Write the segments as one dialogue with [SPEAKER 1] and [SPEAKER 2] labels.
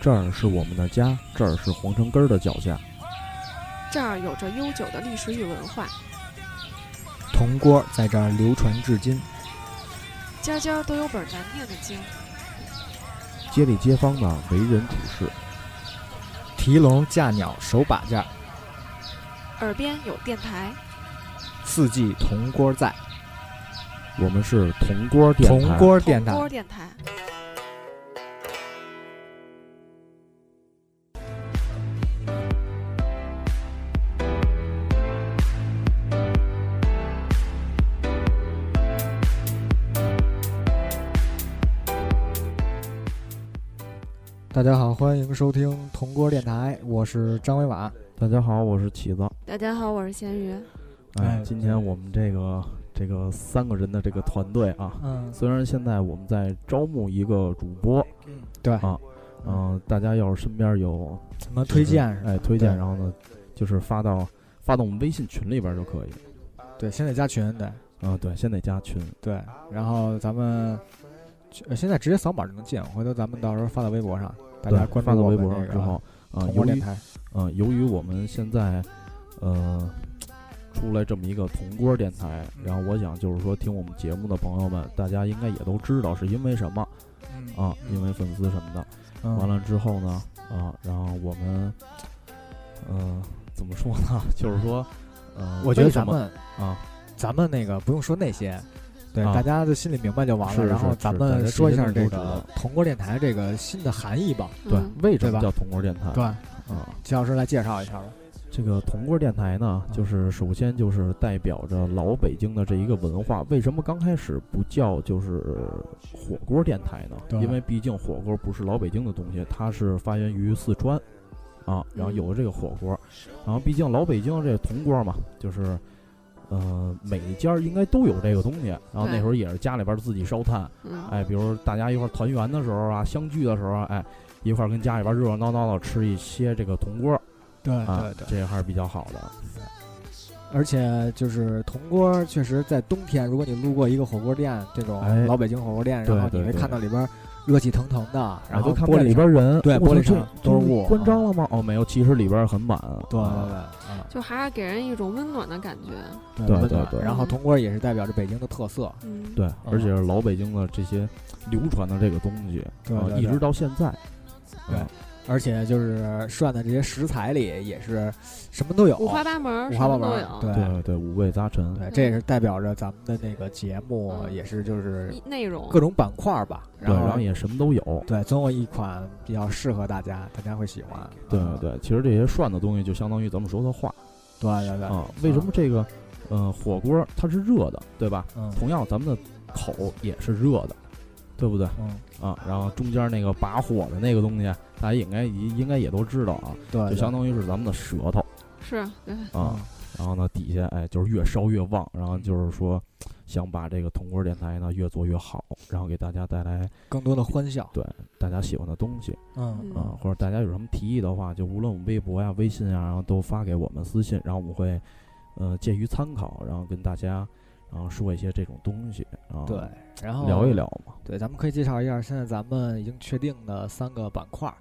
[SPEAKER 1] 这儿是我们的家，这儿是皇城根儿的脚下。
[SPEAKER 2] 这儿有着悠久的历史与文化，
[SPEAKER 3] 铜锅在这儿流传至今。
[SPEAKER 2] 家家都有本难念的经。
[SPEAKER 1] 街里街坊呢，为人处事，
[SPEAKER 3] 提笼架鸟手把件儿，
[SPEAKER 2] 耳边有电台，
[SPEAKER 3] 四季铜锅在。
[SPEAKER 1] 我们是铜锅电台。
[SPEAKER 3] 铜锅电
[SPEAKER 2] 铜
[SPEAKER 3] 台，
[SPEAKER 2] 锅电台。
[SPEAKER 3] 大家好，欢迎收听铜锅电台，我是张伟瓦。
[SPEAKER 1] 大家好，我是起子。
[SPEAKER 2] 大家好，我是咸鱼。
[SPEAKER 1] 哎
[SPEAKER 3] 哎，
[SPEAKER 1] 今天我们这个这个三个人的这个团队啊，
[SPEAKER 3] 嗯
[SPEAKER 1] 虽然现在我们在招募一个主播，
[SPEAKER 3] 对，
[SPEAKER 1] 啊嗯、大家要是身边有
[SPEAKER 3] 怎么啊推荐是吧？
[SPEAKER 1] 哎，推荐，
[SPEAKER 3] 对
[SPEAKER 1] 然后呢，就是发到发到我们微信群里边就可以。
[SPEAKER 3] 对，先得加群，对
[SPEAKER 1] 啊、对，先得加群。
[SPEAKER 3] 对，然后咱们呃现在直接扫码就能进，回头咱们到时候发到微博上，大家
[SPEAKER 1] 对
[SPEAKER 3] 关
[SPEAKER 1] 发
[SPEAKER 3] 注
[SPEAKER 1] 到
[SPEAKER 3] 我
[SPEAKER 1] 微
[SPEAKER 3] 们
[SPEAKER 1] 博
[SPEAKER 3] 这
[SPEAKER 1] 上
[SPEAKER 3] 个
[SPEAKER 1] 之后，啊、
[SPEAKER 3] 铜
[SPEAKER 1] 由
[SPEAKER 3] 锅
[SPEAKER 1] 于
[SPEAKER 3] 电台，
[SPEAKER 1] 呃，由于我们现在呃出来这么一个铜锅电台，然后我想就是说，听我们节目的朋友们，大家应该也都知道是因为什么啊，因为粉丝什么的。
[SPEAKER 3] 嗯
[SPEAKER 1] 完了之后呢，啊，然后我们呃怎么说 呢？就是说，呃，
[SPEAKER 3] 我觉得
[SPEAKER 1] 为什
[SPEAKER 3] 咱
[SPEAKER 1] 么
[SPEAKER 3] 们
[SPEAKER 1] 啊，
[SPEAKER 3] 咱们那个不用说那些，对，
[SPEAKER 1] 啊
[SPEAKER 3] 大家的心里明白就完了。
[SPEAKER 1] 是是
[SPEAKER 3] 然后
[SPEAKER 1] 是
[SPEAKER 3] 咱
[SPEAKER 1] 大
[SPEAKER 3] 们
[SPEAKER 1] 家
[SPEAKER 3] 说一下
[SPEAKER 1] 心里都
[SPEAKER 3] 这
[SPEAKER 1] 知
[SPEAKER 3] 个
[SPEAKER 1] 道
[SPEAKER 3] 铜锅电台这个新的含义吧。
[SPEAKER 1] 对
[SPEAKER 2] 嗯，
[SPEAKER 1] 为什
[SPEAKER 3] 对吧
[SPEAKER 1] 么叫铜锅电台？
[SPEAKER 3] 对，
[SPEAKER 1] 啊，
[SPEAKER 3] 齐老师来介绍一下吧。
[SPEAKER 1] 这个铜锅电台呢，就是首先就是代表着老北京的这一个文化。为什么刚开始不叫就是火锅电台呢？
[SPEAKER 3] 对
[SPEAKER 1] 因为毕竟火锅不是老北京的东西，它是发源于四川啊。然后有了这个火锅，然后毕竟老北京这铜锅嘛，就是呃每一家应该都有这个东西。然后那
[SPEAKER 2] 对
[SPEAKER 1] 时候也是家里边自己烧炭，
[SPEAKER 2] 嗯，
[SPEAKER 1] 哎，比如大家一块儿团圆的时候啊，相聚的时候啊，哎，一块儿跟家里边热热闹闹的吃一些这个铜锅。
[SPEAKER 3] 对
[SPEAKER 1] 啊，这还是比较好的。
[SPEAKER 3] 而且就是铜锅，确实在冬天，如果你路过一个火锅店，这
[SPEAKER 1] 哎
[SPEAKER 3] 种老北京火锅店，
[SPEAKER 1] 对
[SPEAKER 3] 然后你
[SPEAKER 1] 对
[SPEAKER 3] 会
[SPEAKER 1] 对
[SPEAKER 3] 看到里边热气腾腾的，然后
[SPEAKER 1] 都看不
[SPEAKER 3] 玻
[SPEAKER 1] 见
[SPEAKER 3] 璃
[SPEAKER 1] 里边人，
[SPEAKER 3] 对
[SPEAKER 1] 我操
[SPEAKER 3] 玻璃上
[SPEAKER 1] 这
[SPEAKER 3] 都
[SPEAKER 1] 这
[SPEAKER 3] 是雾啊
[SPEAKER 1] 关张了吗？哦，没有，其实里边很满。
[SPEAKER 3] 对对
[SPEAKER 1] 啊
[SPEAKER 3] 对啊
[SPEAKER 2] 就还是给人一种温暖的感觉。
[SPEAKER 3] 对
[SPEAKER 1] 对
[SPEAKER 3] 温
[SPEAKER 1] 对
[SPEAKER 3] 暖
[SPEAKER 1] 对
[SPEAKER 3] 然后铜锅也是代表着北京的特色，
[SPEAKER 2] 嗯，
[SPEAKER 1] 对，而且是老北京的这些流传的这个东西，
[SPEAKER 3] 对
[SPEAKER 1] 啊
[SPEAKER 3] 对对
[SPEAKER 1] 一直到现在。
[SPEAKER 3] 对
[SPEAKER 1] 啊
[SPEAKER 3] 而且就是涮的这些食材里也是什么都有，
[SPEAKER 2] 五花八门儿，
[SPEAKER 3] 五
[SPEAKER 2] 什
[SPEAKER 3] 花八
[SPEAKER 2] 么
[SPEAKER 3] 门
[SPEAKER 2] 都
[SPEAKER 3] 儿
[SPEAKER 2] 有。
[SPEAKER 3] 对
[SPEAKER 1] 对对，五味杂陈。
[SPEAKER 3] 哎对，
[SPEAKER 2] 嗯
[SPEAKER 3] 这也是代表着咱们的那个节目，
[SPEAKER 2] 嗯
[SPEAKER 3] 也是就是
[SPEAKER 2] 一内容
[SPEAKER 3] 各种板块儿吧，
[SPEAKER 1] 对，然
[SPEAKER 3] 后
[SPEAKER 1] 后也什么都有。
[SPEAKER 3] 对总有一款比较适合大家，大家会喜欢。
[SPEAKER 1] 对
[SPEAKER 3] 嗯
[SPEAKER 1] 对，其实这些涮的东西就相当于咱们说的话
[SPEAKER 3] 对对嗯对，
[SPEAKER 1] 啊。为什么这个呃火锅它是热的，对吧？
[SPEAKER 3] 嗯
[SPEAKER 1] 同样咱们的口也是热的，对不对
[SPEAKER 3] 嗯，
[SPEAKER 1] 啊？然后中间那个拔火的那个东西，大家应该应该也都知道啊，
[SPEAKER 3] 对，嗯
[SPEAKER 1] 就相
[SPEAKER 3] 于
[SPEAKER 1] 当于是咱们的舌头
[SPEAKER 2] 是，对，
[SPEAKER 1] 啊。然后呢，底下哎就是越烧越旺，然后就是说想把这个铜锅电台呢越做越好，然后给大家带来
[SPEAKER 3] 更多的欢笑。
[SPEAKER 1] 对大家喜欢的东西
[SPEAKER 3] 嗯
[SPEAKER 1] 啊、或者大家有什么提议的话，就无论我们微博呀、微信啊，然后都发给我们私信，然后我们会呃介于参考，然后跟大家然后说一些这种东西啊，
[SPEAKER 3] 对，，然后
[SPEAKER 1] 聊一。聊嘛
[SPEAKER 3] 对，咱们可以介绍一下现在咱们已经确定的三个板块儿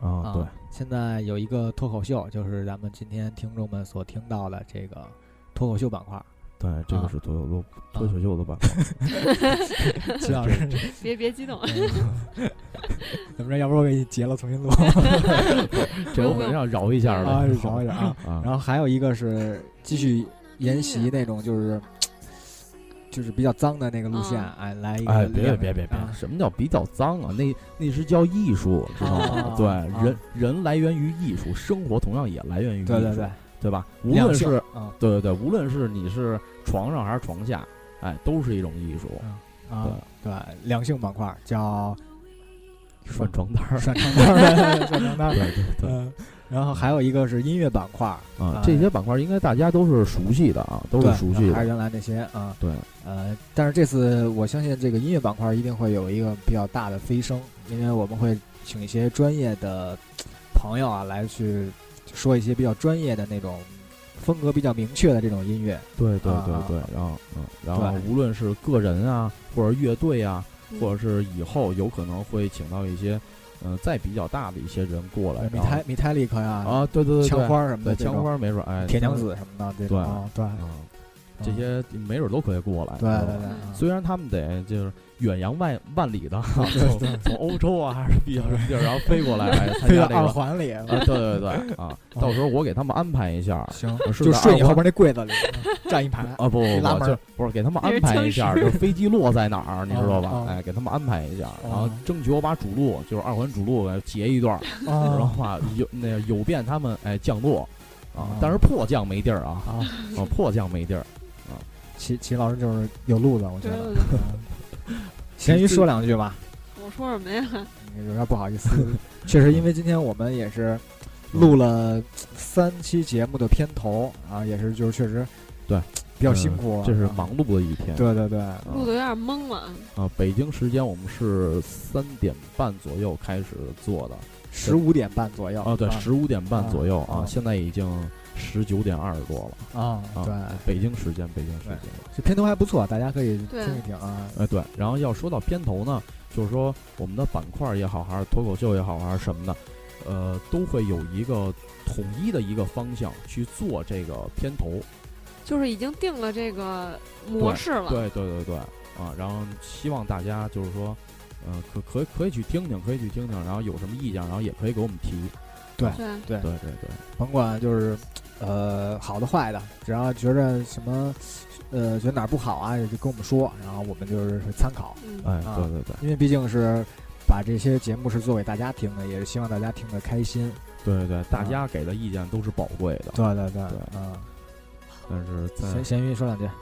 [SPEAKER 3] 哦
[SPEAKER 1] 啊，对，
[SPEAKER 3] 现在有一个脱口秀，就是咱们今天听众们所听到的这个脱口秀板 块儿。
[SPEAKER 1] 对，这
[SPEAKER 3] 啊
[SPEAKER 1] 个是脱口脱脱口秀的 吧？
[SPEAKER 3] 齐老 师，嗯
[SPEAKER 2] 别别激动，
[SPEAKER 3] 怎么着？要不我给你截了，重新录
[SPEAKER 1] 这我们要饶一下
[SPEAKER 3] 啊
[SPEAKER 1] 了，，
[SPEAKER 3] 找一找啊。
[SPEAKER 1] 啊，
[SPEAKER 3] 然后还有一个是继续沿袭那种就是就是比较脏的那个路线，
[SPEAKER 2] 嗯
[SPEAKER 3] 哎，来一个
[SPEAKER 1] 哎，
[SPEAKER 3] 亮
[SPEAKER 1] 别
[SPEAKER 3] 点
[SPEAKER 1] 别别别
[SPEAKER 3] 啊！
[SPEAKER 1] 什么叫比较脏啊？那那是叫艺术，知道
[SPEAKER 3] 啊
[SPEAKER 1] 吗？对
[SPEAKER 3] 啊，
[SPEAKER 1] 人人来源于艺术，生活同样也来源于艺术，
[SPEAKER 3] 对对对，
[SPEAKER 1] 对吧？无
[SPEAKER 3] 两
[SPEAKER 1] 论
[SPEAKER 3] 性
[SPEAKER 1] 是
[SPEAKER 3] 啊
[SPEAKER 1] 对对对，无论是你是床上还是床下，哎，都是一种艺术。
[SPEAKER 3] 啊对两性板块 叫
[SPEAKER 1] 涮床单儿，
[SPEAKER 3] 涮床单儿， 涮床单
[SPEAKER 1] 对
[SPEAKER 3] 儿。
[SPEAKER 1] 对 对
[SPEAKER 3] 嗯，然后还有一个是音乐板块
[SPEAKER 1] 啊，这些板块应该大家都是熟悉的啊，都是
[SPEAKER 3] 哎对
[SPEAKER 1] 熟悉
[SPEAKER 3] 还
[SPEAKER 1] 的。
[SPEAKER 3] 是原来那些啊
[SPEAKER 1] 对，
[SPEAKER 3] 呃，但是这次我相信这个音乐板块一定会有一个比较大的飞升，因为我们会请一些专业的朋友啊来去说一些比较专业的那种风格比较明确的这种音乐。
[SPEAKER 1] 对对
[SPEAKER 3] 啊
[SPEAKER 1] 对
[SPEAKER 3] 啊
[SPEAKER 1] 对，然后嗯，然后
[SPEAKER 3] 对嗯
[SPEAKER 1] 无论是个人啊，或者乐队啊，或者是以后有可能会请到一些呃，再比较大的一些人过来，
[SPEAKER 3] 米
[SPEAKER 1] 然后
[SPEAKER 3] 泰米泰利克呀，
[SPEAKER 1] 啊，对对对，
[SPEAKER 3] 枪
[SPEAKER 1] 对
[SPEAKER 3] 花什么的
[SPEAKER 1] 对
[SPEAKER 3] 这种，
[SPEAKER 1] 枪花没准儿，哎，
[SPEAKER 3] 铁娘子什么的，这种
[SPEAKER 1] 对
[SPEAKER 3] 啊对嗯
[SPEAKER 1] 嗯，这些嗯没准儿都可以过来，
[SPEAKER 3] 对
[SPEAKER 1] 知道吧
[SPEAKER 3] 对对，
[SPEAKER 1] 虽然他们得就是远洋万万里 的，从从欧洲啊还是比较什么地儿，然后飞过来来参
[SPEAKER 3] 飞
[SPEAKER 1] 加
[SPEAKER 3] 到
[SPEAKER 1] 这
[SPEAKER 3] 二
[SPEAKER 1] 个，
[SPEAKER 3] 环里，
[SPEAKER 1] 啊，对对 对啊，到时候我给他们安排一下，
[SPEAKER 3] 行，
[SPEAKER 1] 是
[SPEAKER 3] 就
[SPEAKER 1] 在
[SPEAKER 3] 睡你
[SPEAKER 1] 二
[SPEAKER 3] 后
[SPEAKER 1] 环
[SPEAKER 3] 边那柜 子里站一排，
[SPEAKER 1] 啊，不不
[SPEAKER 3] 拉
[SPEAKER 1] 不，
[SPEAKER 3] 门
[SPEAKER 1] 就不是给他们安排一下，
[SPEAKER 2] 那是
[SPEAKER 1] 就是飞机落在哪儿，你知道
[SPEAKER 3] 哦
[SPEAKER 1] 吧
[SPEAKER 3] 哦？
[SPEAKER 1] 哎，给他们安排一下，然后
[SPEAKER 3] 哦
[SPEAKER 1] 争取我把主路就是二环主路给截一段，然后
[SPEAKER 3] 啊
[SPEAKER 1] 话有那个有便他们哎降落啊
[SPEAKER 3] 哦，
[SPEAKER 1] 但是迫降没地儿啊，
[SPEAKER 3] 啊，
[SPEAKER 1] 啊迫降没地儿，
[SPEAKER 3] 齐齐老师就是有路子，我觉
[SPEAKER 2] 对
[SPEAKER 3] 得。
[SPEAKER 2] 对对，
[SPEAKER 3] 咸鱼说两句吧，
[SPEAKER 2] 我说什么呀？
[SPEAKER 3] 有点不好意 思，确实因为今天我们也是录了三期节目的片头啊，也是就是确实
[SPEAKER 1] 对
[SPEAKER 3] 比较辛苦
[SPEAKER 1] 嗯
[SPEAKER 3] 啊，
[SPEAKER 1] 这是忙碌的一天。
[SPEAKER 3] 对对对，
[SPEAKER 1] 啊
[SPEAKER 2] 录的有点懵了，
[SPEAKER 1] 啊，北京时间我们是三点半左右开始做的
[SPEAKER 3] 十五点半左右
[SPEAKER 1] 啊，对，十五点半左右
[SPEAKER 3] 啊
[SPEAKER 1] 啊，现在已经十九点二十多了，
[SPEAKER 3] 啊
[SPEAKER 1] 啊
[SPEAKER 3] 对，
[SPEAKER 1] 北京时间，北京时间。
[SPEAKER 3] 这片头还不错，大家可以
[SPEAKER 2] 对
[SPEAKER 3] 听一听啊。
[SPEAKER 1] 哎，对，然后要说到片头呢，就是说我们的板块也好，还是脱口秀也好，还是什么的，呃，都会有一个统一的一个方向去做这个片头。
[SPEAKER 2] 就是已经定了这个模式了。
[SPEAKER 1] 对对对对，啊，然后希望大家就是说，呃，可可以可以去听听，可以去听听，然后有什么意见，然后也可以给我们提。
[SPEAKER 2] 对
[SPEAKER 1] 对对对，
[SPEAKER 3] 甭管就是呃好的坏的，只要觉着什么呃觉得哪儿不好啊，也就跟我们说，然后我们就是参考，
[SPEAKER 2] 嗯，
[SPEAKER 1] 哎，
[SPEAKER 3] 啊
[SPEAKER 1] 对对对。
[SPEAKER 3] 因为毕竟是把这些节目是做给大家听的，也是希望大家听得开心。
[SPEAKER 1] 对对对，大家给的意见都是宝贵的，
[SPEAKER 3] 对对对
[SPEAKER 1] 啊对
[SPEAKER 3] 嗯，
[SPEAKER 1] 但是在
[SPEAKER 3] 咸咸鱼说两句啊，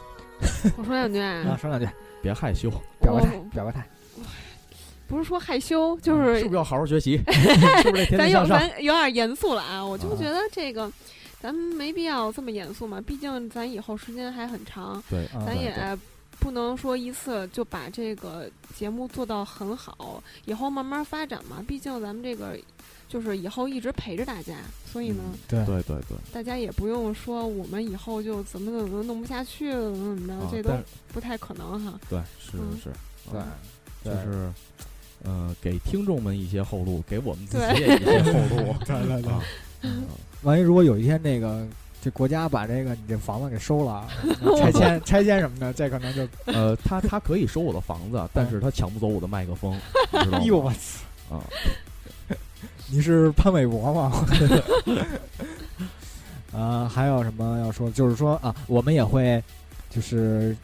[SPEAKER 2] 我说两句啊，
[SPEAKER 3] 说两句，
[SPEAKER 1] 别害羞，
[SPEAKER 3] 表个态
[SPEAKER 2] 我，
[SPEAKER 3] 表个态。
[SPEAKER 2] 不是说害羞，就是是
[SPEAKER 1] 啊不是要好好学 习？是不是得天
[SPEAKER 2] 咱
[SPEAKER 1] 天
[SPEAKER 2] 有
[SPEAKER 1] 向上
[SPEAKER 2] 咱？有点严肃了啊，我就
[SPEAKER 1] 啊
[SPEAKER 2] 觉得这个。咱们没必要这么严肃嘛，毕竟咱以后时间还很长，
[SPEAKER 1] 对，
[SPEAKER 3] 啊
[SPEAKER 2] 咱
[SPEAKER 1] 对
[SPEAKER 2] 也
[SPEAKER 1] 对
[SPEAKER 2] 不能说一次就把这个节目做到很好，以后慢慢发展嘛。毕竟咱们这个就是以后一直陪着大家，所以呢，
[SPEAKER 1] 嗯
[SPEAKER 3] 对
[SPEAKER 1] 对对对。
[SPEAKER 2] 大家也不用说我们以后就怎么怎么弄不下去了，怎么怎么着，
[SPEAKER 1] 啊
[SPEAKER 2] 这，都
[SPEAKER 1] 但是
[SPEAKER 2] 不太可能哈。
[SPEAKER 1] 对，是
[SPEAKER 2] 嗯
[SPEAKER 1] 是，
[SPEAKER 3] 对
[SPEAKER 1] 啊，就
[SPEAKER 3] 对。
[SPEAKER 1] 是，呃，给听众们一些后路，给我们自己
[SPEAKER 2] 对
[SPEAKER 1] 也一些后路
[SPEAKER 3] 对 对对
[SPEAKER 1] 啊，嗯
[SPEAKER 3] 万一如果有一天那个这国家把这个你这房子给 收了，啊拆迁拆迁什么的，这可能就
[SPEAKER 1] 呃，他他可以收我的房子，但是他抢不走我的麦克风，你知道
[SPEAKER 3] 哎呦
[SPEAKER 1] 吗？
[SPEAKER 3] 我操！
[SPEAKER 1] 啊，
[SPEAKER 3] 你是潘玮柏吗？ 啊，还有什么要说？就是说啊，我们也会就是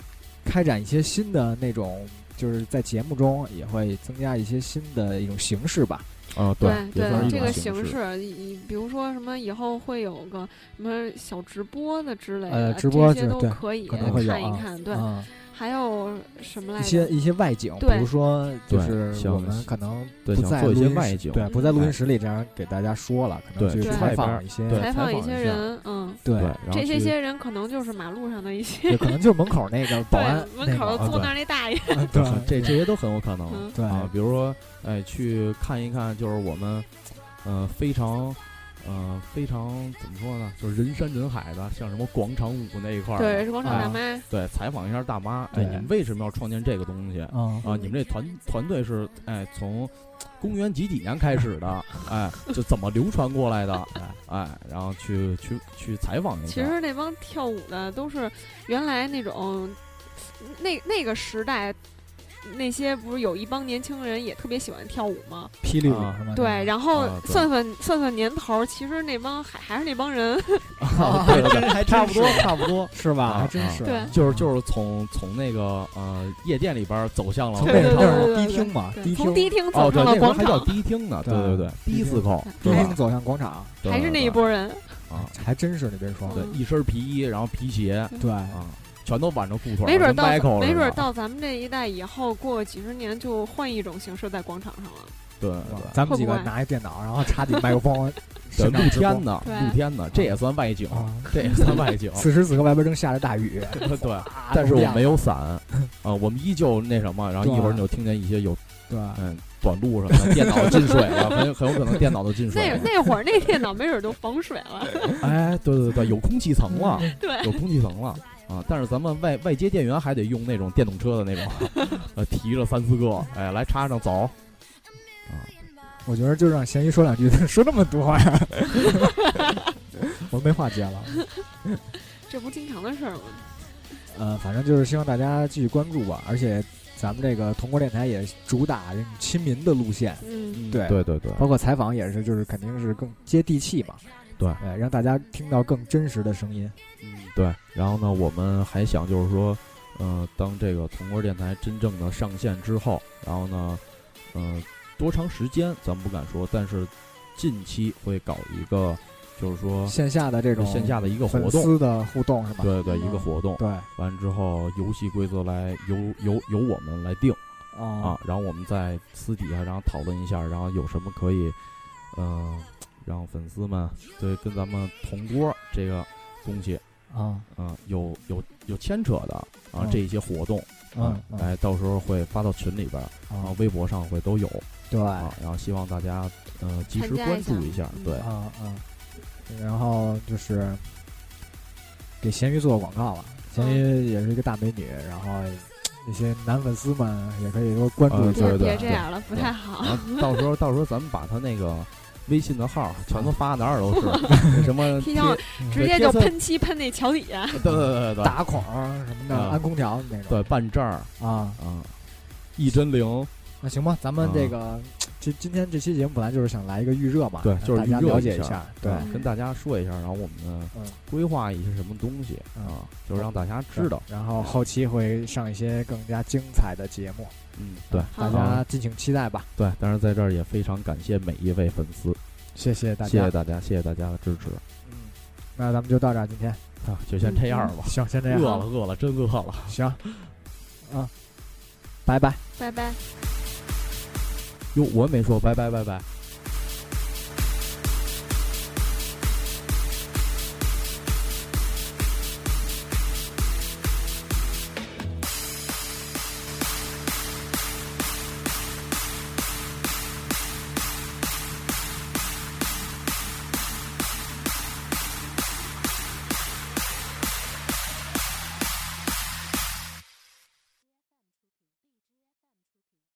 [SPEAKER 3] 开展一些新的那种，就是在节目中也会增加一些新的一种形式吧。
[SPEAKER 1] 啊，也算是
[SPEAKER 2] 对，
[SPEAKER 1] 一
[SPEAKER 2] 这
[SPEAKER 1] 种
[SPEAKER 2] 个
[SPEAKER 1] 形式。
[SPEAKER 2] 式，以比如说什么以后会有个什么小直播的之类的，
[SPEAKER 3] 呃直播
[SPEAKER 2] 这
[SPEAKER 3] 是
[SPEAKER 2] 些都
[SPEAKER 3] 对
[SPEAKER 2] 可以
[SPEAKER 3] 可能会有
[SPEAKER 2] 看
[SPEAKER 3] 啊
[SPEAKER 2] 一看。对，
[SPEAKER 3] 啊，
[SPEAKER 2] 还有什么来
[SPEAKER 3] 一
[SPEAKER 2] 着
[SPEAKER 3] 些？一些外景，比
[SPEAKER 2] 对
[SPEAKER 3] 如说就是
[SPEAKER 1] 对像
[SPEAKER 3] 我们可能
[SPEAKER 1] 对
[SPEAKER 3] 不
[SPEAKER 1] 想
[SPEAKER 3] 在
[SPEAKER 1] 做一
[SPEAKER 3] 录
[SPEAKER 1] 些
[SPEAKER 3] 音室
[SPEAKER 1] 外景
[SPEAKER 3] 对，不在录音
[SPEAKER 1] 哎
[SPEAKER 3] 室里这样给大家说了，可能
[SPEAKER 1] 对
[SPEAKER 3] 去
[SPEAKER 2] 去
[SPEAKER 3] 采
[SPEAKER 1] 外边儿
[SPEAKER 3] 访一些，
[SPEAKER 1] 对
[SPEAKER 2] 采
[SPEAKER 1] 采
[SPEAKER 2] 访一
[SPEAKER 1] 访
[SPEAKER 2] 些
[SPEAKER 1] 一下
[SPEAKER 2] 人，嗯，
[SPEAKER 1] 对，
[SPEAKER 3] 对，
[SPEAKER 1] 然后
[SPEAKER 2] 这些
[SPEAKER 1] 去
[SPEAKER 2] 些人可能就是马路上的一些
[SPEAKER 3] 也可能就是门口那个保
[SPEAKER 2] 对
[SPEAKER 3] 安
[SPEAKER 2] 门口
[SPEAKER 1] 那个
[SPEAKER 2] 坐
[SPEAKER 1] 啊
[SPEAKER 2] 那儿那大爷，
[SPEAKER 3] 那个
[SPEAKER 1] 对这
[SPEAKER 3] 对，
[SPEAKER 1] 这些都很有可能。
[SPEAKER 2] 嗯，
[SPEAKER 3] 对
[SPEAKER 1] 啊，比如说，哎，去看一看，就是我们，呃，非常，呃，非常怎么说呢，就是人山人海的，像什么广场舞那一块儿的，
[SPEAKER 2] 对，是广场大
[SPEAKER 1] 啊
[SPEAKER 2] 妈，
[SPEAKER 1] 对，采访一下大妈，哎，
[SPEAKER 3] 对
[SPEAKER 1] 你们为什么要创建这个东西？
[SPEAKER 3] 啊
[SPEAKER 1] 啊，你们这团团队是哎从公元几几年开始 的？哎，就怎么流传过来的？哎，然后去去去采访一下。
[SPEAKER 2] 其实那帮跳舞的都是原来那种那那个时代，那些不是有一帮年轻人也特别喜欢跳舞吗？
[SPEAKER 3] 霹雳舞
[SPEAKER 1] 啊
[SPEAKER 3] 是吗？
[SPEAKER 2] 对，然后
[SPEAKER 1] 啊对
[SPEAKER 2] 算算算算年头儿，其实那帮还还是那帮人，
[SPEAKER 3] 啊
[SPEAKER 1] 对对 对
[SPEAKER 3] 还
[SPEAKER 1] 差不多，
[SPEAKER 3] 差不多是吧？
[SPEAKER 1] 啊
[SPEAKER 3] 还真是，
[SPEAKER 2] 啊对
[SPEAKER 1] 就是就是从从那个呃夜店里边儿走向了
[SPEAKER 3] 从
[SPEAKER 1] 广
[SPEAKER 3] 那
[SPEAKER 2] 对
[SPEAKER 1] 场
[SPEAKER 3] 那
[SPEAKER 2] 对
[SPEAKER 3] 会儿
[SPEAKER 2] 对
[SPEAKER 3] 迪
[SPEAKER 2] 对
[SPEAKER 3] 厅嘛，
[SPEAKER 2] 对
[SPEAKER 3] 迪
[SPEAKER 2] 从
[SPEAKER 3] 厅，
[SPEAKER 2] 迪厅
[SPEAKER 1] 哦，
[SPEAKER 2] 走
[SPEAKER 1] 对，
[SPEAKER 2] 上
[SPEAKER 1] 那
[SPEAKER 2] 了
[SPEAKER 1] 时候
[SPEAKER 2] 广
[SPEAKER 1] 还叫
[SPEAKER 2] 场，
[SPEAKER 1] 迪厅呢，
[SPEAKER 3] 对
[SPEAKER 1] 对对对，
[SPEAKER 3] 迪
[SPEAKER 1] 迪
[SPEAKER 3] 厅
[SPEAKER 1] 斯科，
[SPEAKER 3] 迪
[SPEAKER 1] 对
[SPEAKER 3] 厅
[SPEAKER 1] 吧？
[SPEAKER 3] 走向广场，
[SPEAKER 1] 对
[SPEAKER 2] 还是那一，拨人，
[SPEAKER 1] 对啊，
[SPEAKER 3] 还真是你别说，
[SPEAKER 1] 对，
[SPEAKER 2] 嗯
[SPEAKER 1] 一身皮衣，然后皮鞋
[SPEAKER 3] 对，
[SPEAKER 1] 啊，全都挽着裤腿儿，
[SPEAKER 2] 没准儿
[SPEAKER 1] 跟
[SPEAKER 2] 到
[SPEAKER 1] Michael
[SPEAKER 2] 没准儿
[SPEAKER 1] 似的
[SPEAKER 2] 到咱们这一代以后，过几十年就换一种形式在广场上了。
[SPEAKER 1] 对对
[SPEAKER 3] 哇咱们几个
[SPEAKER 2] 会不会
[SPEAKER 3] 拿一电脑，然后插几麦克风，
[SPEAKER 1] 对，
[SPEAKER 3] 现场
[SPEAKER 1] 露
[SPEAKER 3] 直播
[SPEAKER 1] 天呢，
[SPEAKER 2] 对
[SPEAKER 1] 露天呢，这也算外景，
[SPEAKER 3] 啊。
[SPEAKER 1] 这也算外 景，
[SPEAKER 3] 此时此刻外边正下着 大雨，
[SPEAKER 1] 对。
[SPEAKER 3] 啊
[SPEAKER 1] 但是我
[SPEAKER 3] 都
[SPEAKER 1] 们
[SPEAKER 3] 不
[SPEAKER 1] 没
[SPEAKER 3] 亮
[SPEAKER 1] 有伞，啊，我们依旧那什么，然后一会儿你就听见一些有
[SPEAKER 3] 对，
[SPEAKER 1] 嗯短路什么的，电脑进水了，很有很有可能电脑都进水
[SPEAKER 2] 那
[SPEAKER 1] 了。
[SPEAKER 2] 那会儿那电脑没准儿就防水了，
[SPEAKER 1] 哎，对对对，有空气层了，
[SPEAKER 2] 对，
[SPEAKER 1] 有空气层了啊！但是咱们外外接电源还得用那种电动车的那种，呃，提着三四个，哎，来插上走。啊，
[SPEAKER 3] 我觉得就让咸鱼说两句， 说那么多呀， 我没话接了。
[SPEAKER 2] 这不经常的事儿吗？
[SPEAKER 3] 呃，反正就是希望大家继续关注吧，而且咱们这个同国电台也主打这种亲民的路线，
[SPEAKER 2] 嗯，
[SPEAKER 3] 对
[SPEAKER 1] 对对对，
[SPEAKER 3] 包括采访也是，就是肯定是更接地气嘛，
[SPEAKER 1] 对
[SPEAKER 3] 对，让大家听到更真实的声音。
[SPEAKER 1] 嗯对。然后呢，我们还想就是说，呃，当这个同国电台真正的上线之后，然后呢，呃，多长时间咱们不敢说，但是近期会搞一个，就是说
[SPEAKER 3] 线下的这种
[SPEAKER 1] 线下的一个活
[SPEAKER 3] 粉
[SPEAKER 1] 动，
[SPEAKER 3] 丝的互动是吧？
[SPEAKER 1] 对对，
[SPEAKER 3] 嗯
[SPEAKER 1] 一个活动。
[SPEAKER 3] 对
[SPEAKER 1] 完之后，游戏规则来由由由我们来定啊
[SPEAKER 3] 啊，，
[SPEAKER 1] 然后我们再私底下然后讨论一下，然后有什么可以，呃，让粉丝们对跟咱们同桌这个东西，
[SPEAKER 3] 啊
[SPEAKER 1] 啊、有有有牵扯的啊、
[SPEAKER 3] 嗯
[SPEAKER 1] 这一些活动啊
[SPEAKER 3] 嗯，嗯
[SPEAKER 1] 哎，到时候会发到群里边儿，然后
[SPEAKER 3] 啊，
[SPEAKER 1] 微博上会都有
[SPEAKER 3] 对
[SPEAKER 1] 啊，然后希望大家呃及时
[SPEAKER 2] 参加一
[SPEAKER 1] 关注
[SPEAKER 2] 下
[SPEAKER 1] 一下，
[SPEAKER 2] 嗯
[SPEAKER 1] 对，
[SPEAKER 3] 啊啊，然后就是给咸鱼做个广告了，
[SPEAKER 1] 嗯
[SPEAKER 3] 咸鱼也是一个大美女，然后那些男粉丝们也可以多关注一
[SPEAKER 1] 对
[SPEAKER 3] 下。
[SPEAKER 1] 啊对
[SPEAKER 2] 别
[SPEAKER 1] 对
[SPEAKER 2] 别这样了，不太好。
[SPEAKER 1] 然 后到时候到时候咱们把他那个微信的 号全都发哪儿都是什 么
[SPEAKER 2] 提
[SPEAKER 1] 贴
[SPEAKER 2] 醒我直接
[SPEAKER 1] 贴
[SPEAKER 2] 就
[SPEAKER 1] 色
[SPEAKER 2] 喷漆喷那桥底下，
[SPEAKER 1] 对对对对
[SPEAKER 3] 打孔儿什么的，
[SPEAKER 1] 啊
[SPEAKER 3] 安空调那种。
[SPEAKER 1] 对办证儿
[SPEAKER 3] 啊，
[SPEAKER 1] 啊，一针灵，
[SPEAKER 3] 那行吧，咱们
[SPEAKER 1] 啊
[SPEAKER 3] 这个这今天这期节目本来就是想来一个预热嘛，
[SPEAKER 1] 对
[SPEAKER 3] 让
[SPEAKER 1] 就是
[SPEAKER 3] 大家
[SPEAKER 1] 预热
[SPEAKER 3] 了
[SPEAKER 1] 一
[SPEAKER 3] 解
[SPEAKER 1] 下
[SPEAKER 3] 下，对
[SPEAKER 1] 啊跟大家说一下，然后我们
[SPEAKER 3] 嗯
[SPEAKER 1] 规划一些什么东西
[SPEAKER 3] 嗯
[SPEAKER 1] 啊，就是让大家知道，
[SPEAKER 3] 然后后期会上一些更加精彩的节目，
[SPEAKER 1] 嗯，对，
[SPEAKER 3] 大
[SPEAKER 2] 好
[SPEAKER 3] 家敬请期待吧。
[SPEAKER 1] 对，当然在这儿也非常感谢每一位粉丝，
[SPEAKER 3] 谢谢大
[SPEAKER 1] 谢
[SPEAKER 3] 家
[SPEAKER 1] 谢，大家，谢谢大家的支持
[SPEAKER 3] 嗯，那咱们就到这儿，今天
[SPEAKER 1] 啊！就先这样吧，
[SPEAKER 3] 行，嗯先这
[SPEAKER 1] 饿
[SPEAKER 3] 样，
[SPEAKER 1] 了饿了，真饿了。
[SPEAKER 3] 行，啊，拜拜。
[SPEAKER 2] 拜拜。
[SPEAKER 1] 哟，我没说，拜拜拜拜。